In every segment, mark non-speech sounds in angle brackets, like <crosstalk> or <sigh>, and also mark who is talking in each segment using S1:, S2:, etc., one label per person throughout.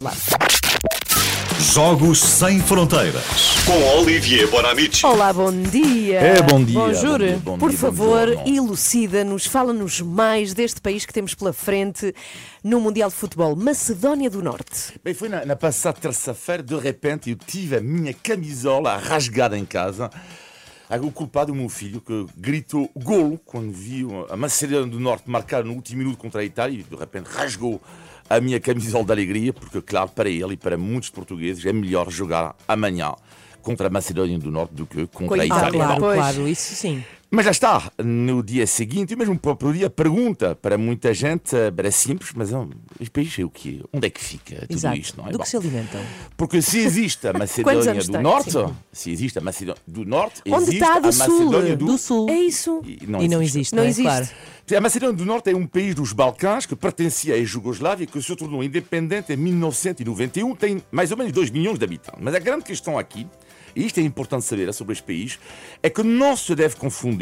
S1: Lá.
S2: Jogos Sem Fronteiras com Olivier Bonamici.
S1: Olá, bom dia.
S3: É, bom dia,
S1: Bonjour.
S3: bom dia, bom
S1: Por
S3: dia,
S1: favor,
S3: bonjour.
S1: elucida-nos, fala-nos mais deste país que temos pela frente no Mundial de Futebol, Macedónia do Norte.
S4: Bem, foi na, na passada terça-feira, de repente, eu tive a minha camisola rasgada em casa. Ah, O culpado, o meu filho, que gritou golo quando viu a Macedónia do Norte marcar no último minuto contra a Itália e de repente rasgou a minha camisola de alegria, porque, claro, para ele e para muitos portugueses é melhor jogar amanhã contra a Macedónia do Norte do que contra a
S1: Coitado,
S4: Itália.
S1: claro, Pois.
S5: Ah, claro, isso sim.
S4: Mas já está, no dia seguinte, e mesmo no próprio dia, pergunta para muita gente, eh, era simples, mas hum, este país é o quê? Onde é que fica tudo
S5: Exato.
S4: isto? Não é?
S5: Do
S4: Bom,
S5: que se alimentam.
S4: Porque se existe
S1: <laughs>
S4: a
S1: Quantos
S4: Macedónia
S1: anos
S4: do
S1: tem?
S4: Norte,
S1: Sim.
S4: se existe a Macedónia do Norte,
S1: Onde
S4: existe
S1: está a
S4: a
S1: do Sul?
S4: Macedónia do,
S5: Do Sul.
S1: É isso.
S4: E
S5: e não existe, não é?
S1: existe.
S5: Claro.
S4: A Macedónia do Norte é um país dos Balcãs que pertencia à Jugoslávia e que se tornou independente em 1991. Tem mais ou menos 2 milhões de habitantes. Mas a grande questão aqui, e isto é importante saber sobre este país, é que não se deve confundir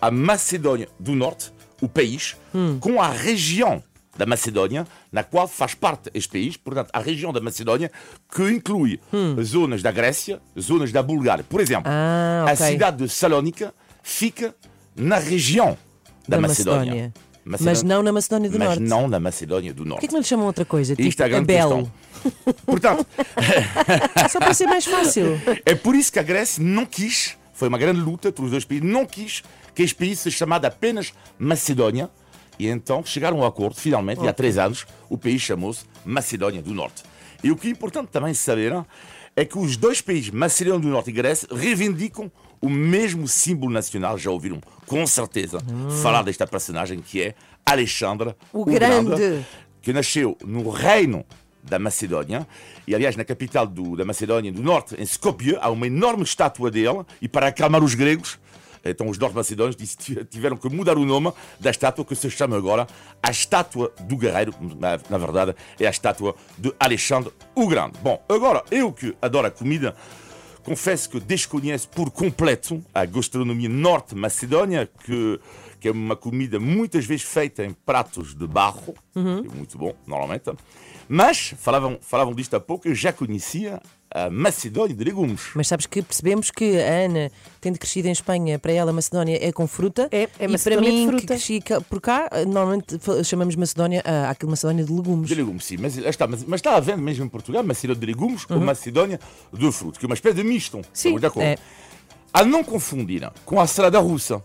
S4: a Macedónia do Norte, o país,
S5: Hum.
S4: com a região da Macedónia, na qual faz parte este país, portanto, a região da Macedónia, que inclui
S5: Hum.
S4: zonas da Grécia, zonas da Bulgária. Por exemplo,
S5: Ah, ok.
S4: a cidade de Salónica fica na região da,
S5: Da
S4: Macedónia.
S5: Macedónia. Mas não na Macedónia do
S4: Mas
S5: Norte.
S4: não na Macedónia do Norte.
S5: Porquê que não lhe chamam outra coisa?
S4: Isto é a
S5: tipo
S4: grande
S5: Abel. É
S4: questão.
S5: <laughs>
S4: Portanto,
S5: Só para ser mais fácil.
S4: <laughs> é por isso que a Grécia não quis, foi uma grande luta entre os dois países, não quis que este país seja chamado apenas Macedónia. E então chegaram a um acordo, finalmente, e há três anos, o país chamou-se Macedónia do Norte. E o que é importante também saber é que os dois países, Macedónia do Norte e Grécia, reivindicam o mesmo símbolo nacional. Já ouviram, com certeza, falar desta personagem que é Alexandre
S1: O
S4: Hum. o
S1: Grande.
S4: Grande que nasceu no reino da Macedónia, e aliás na capital do- da Macedónia do Norte, em Skopje, há uma enorme estátua dele, e para acalmar os gregos, então os norte-macedónios disse- ti- tiveram que mudar o nome da estátua que se chama agora a Estátua do Guerreiro, na, na verdade é a estátua de Alexandre o Grande. Bom, agora eu que adoro a comida, confesso que desconheço por completo a gastronomia norte-macedónia, que, que é uma comida muitas vezes feita em pratos de barro, que é muito bom, normalmente. Mas, falavam, falavam disto há pouco, eu já conhecia a Macedónia de legumes.
S5: Mas sabes que percebemos que a Ana, tendo crescido em Espanha, para ela Macedónia é com fruta.
S1: É- é
S5: e para
S1: Macedónia de
S5: mim,
S1: fruta.
S5: que cresci cá- por cá, eh, normalmente fa- chamamos Macedónia ah, aquilo Macedónia de legumes.
S4: De legumes, sim, mas está, mas, mas está havendo mesmo em Portugal Macedónia de legumes ou Macedónia de frutos, que é uma espécie de misto.
S1: Sim,
S4: estamos de acordo.
S5: é.
S4: A não confundir com a salada russa.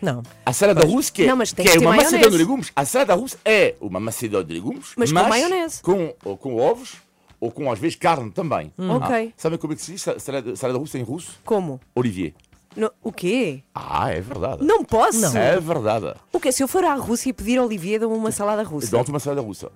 S5: Não.
S4: A salada russa que é,
S1: Não, mas tem
S4: que
S1: que
S4: é
S1: ter
S4: uma
S1: maionese.
S4: macedónia de legumes. A salada russa é uma macedónia de legumes,
S1: Mas com maionese.
S4: Com, ou com ovos ou com, às vezes, carne também.
S1: Hum. Ok.
S4: Sabem como é que se diz sa- salada, salada russa em russo?
S1: Como?
S4: Olivier.
S1: No- o quê?
S4: Ah, é verdade.
S1: Não posso?
S4: É verdade.
S1: O quê? Se eu for à Rússia e pedir a Olivier dou uma salada russa?
S4: Dão-te uma salada russa.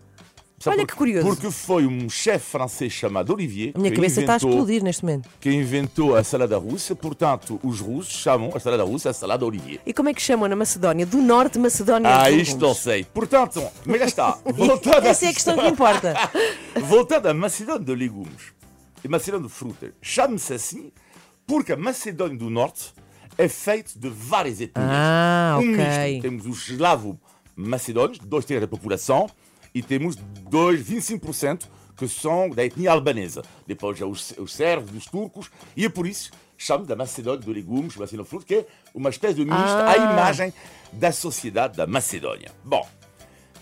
S4: Sabe
S1: Olha
S4: porquê?
S1: que curioso.
S4: Porque foi um chefe francês chamado Olivier
S5: A minha
S4: que
S1: tá
S5: cabeça está a
S4: inventou-
S5: explodir neste momento.
S4: que inventou a salada russa. Portanto, os russos chamam a salada russa a salada Olivier.
S1: E como é que chamam na Macedónia do Norte Macedónia
S4: Ah,
S1: do Sul?
S4: isto não sei. Portanto, mas já
S1: <laughs>
S4: está. Voltando à
S5: Essa é a questão
S4: <laughs>
S5: que importa.
S4: Voltando à Macedónia de legumes e Macedónia de frutas, chama-se assim porque a Macedónia do Norte é feita de várias etnias.
S5: Ah,
S4: um
S5: ok.
S4: misto. Temos os eslavos macedônios, dois terços da população, e temos dois, 25% que são da etnia albanesa. Depois já os, os sérvios, os turcos, e é por isso chamo da Macedónia de legumes, Macedónia de frutas, que é uma espécie de misto
S5: Ah.
S4: à imagem da sociedade da Macedónia. Bom,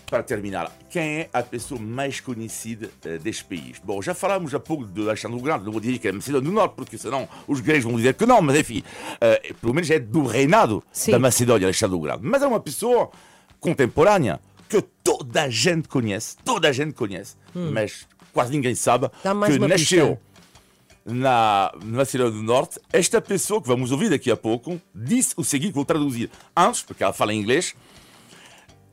S4: para terminar, quem é a pessoa mais conhecida eh, deste país? Bom, já falámos há pouco de Alexandre o Grande, não vou dizer que é Macedónia do Norte, porque senão os gregos vão dizer que não, mas enfim, eh, pelo menos é do reinado
S1: Sim.
S4: da Macedónia, Alexandre o Grande. Mas é uma pessoa contemporânea que toda a gente conhece, toda a gente conhece, mas quase ninguém sabe
S5: Hum. Dá mais
S4: que
S5: uma
S4: nasceu
S5: pista.
S4: na Macedónia do Norte. Esta pessoa que vamos ouvir daqui a pouco disse o seguinte, vou traduzir antes, porque ela fala em inglês,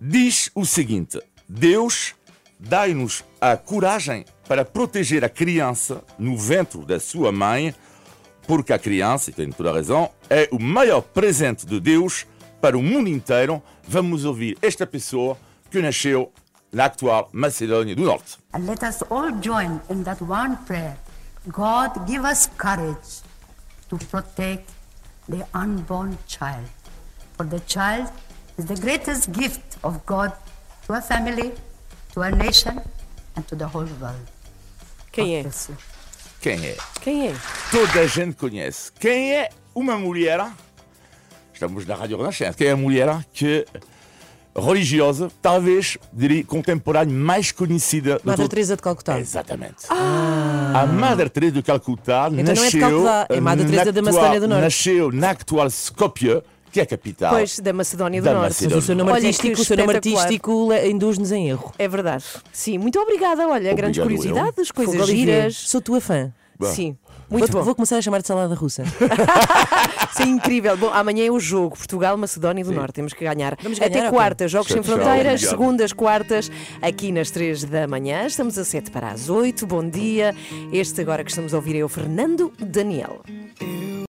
S4: diz o seguinte: Deus dai-nos a coragem para proteger a criança no ventre da sua mãe, porque a criança, e tem toda a razão, é o maior presente de Deus para o mundo inteiro. Vamos ouvir esta pessoa que nasceu na atual Macedónia do Norte.
S6: And let us all join in that one prayer. God, give us courage to protect the unborn child. For the child is the greatest gift of God to a family, to a nation, and to the whole world.
S1: Quem
S5: Ah,
S1: é?
S4: Quem é?
S1: Quem é?
S4: Toda a gente conhece. Quem é uma mulher? Estamos na Rádio Renascença. Quem é a mulher que religiosa, talvez, diria, contemporânea mais conhecida do
S5: Madre
S4: todo-
S5: Teresa de Calcutá. Ah!
S4: Exatamente. A Madre Teresa de Calcutá
S5: Então não é de
S4: nasceu
S5: Calcutá, é Madre
S4: na
S5: Teresa da
S4: atual-
S5: Macedónia do Norte.
S4: Nasceu na atual Skopje, que é a capital.
S1: Pois, da Macedónia do
S4: Da
S1: Norte.
S5: Mas
S4: Macedónia.
S5: o seu nome
S1: Olha que
S5: artístico, o seu nome
S1: espetacular.
S5: artístico le- induz-nos em erro.
S1: É verdade. Sim, muito obrigada. Olha, grandes
S4: eu.
S1: curiosidades, coisas
S5: Fogo Olivier,
S1: é, giras.
S5: Sou tua fã.
S1: Sim,
S5: Muito
S1: muito
S5: vou,
S1: bom.
S5: vou começar a chamar de salada russa.
S1: <laughs> Sim, incrível. Bom, amanhã é o jogo Portugal-Macedónia do Norte. Temos que ganhar.
S5: Vamos ganhar,
S1: Até
S5: ok.
S1: quarta, Jogos
S4: Tchau,
S1: Sem
S4: tchau.
S1: Fronteiras,
S4: Obrigado.
S1: segundas, quartas, aqui nas três da manhã. Estamos a sete para as oito. Bom dia. Este agora que estamos a ouvir é o Fernando Daniel.
S3: Eu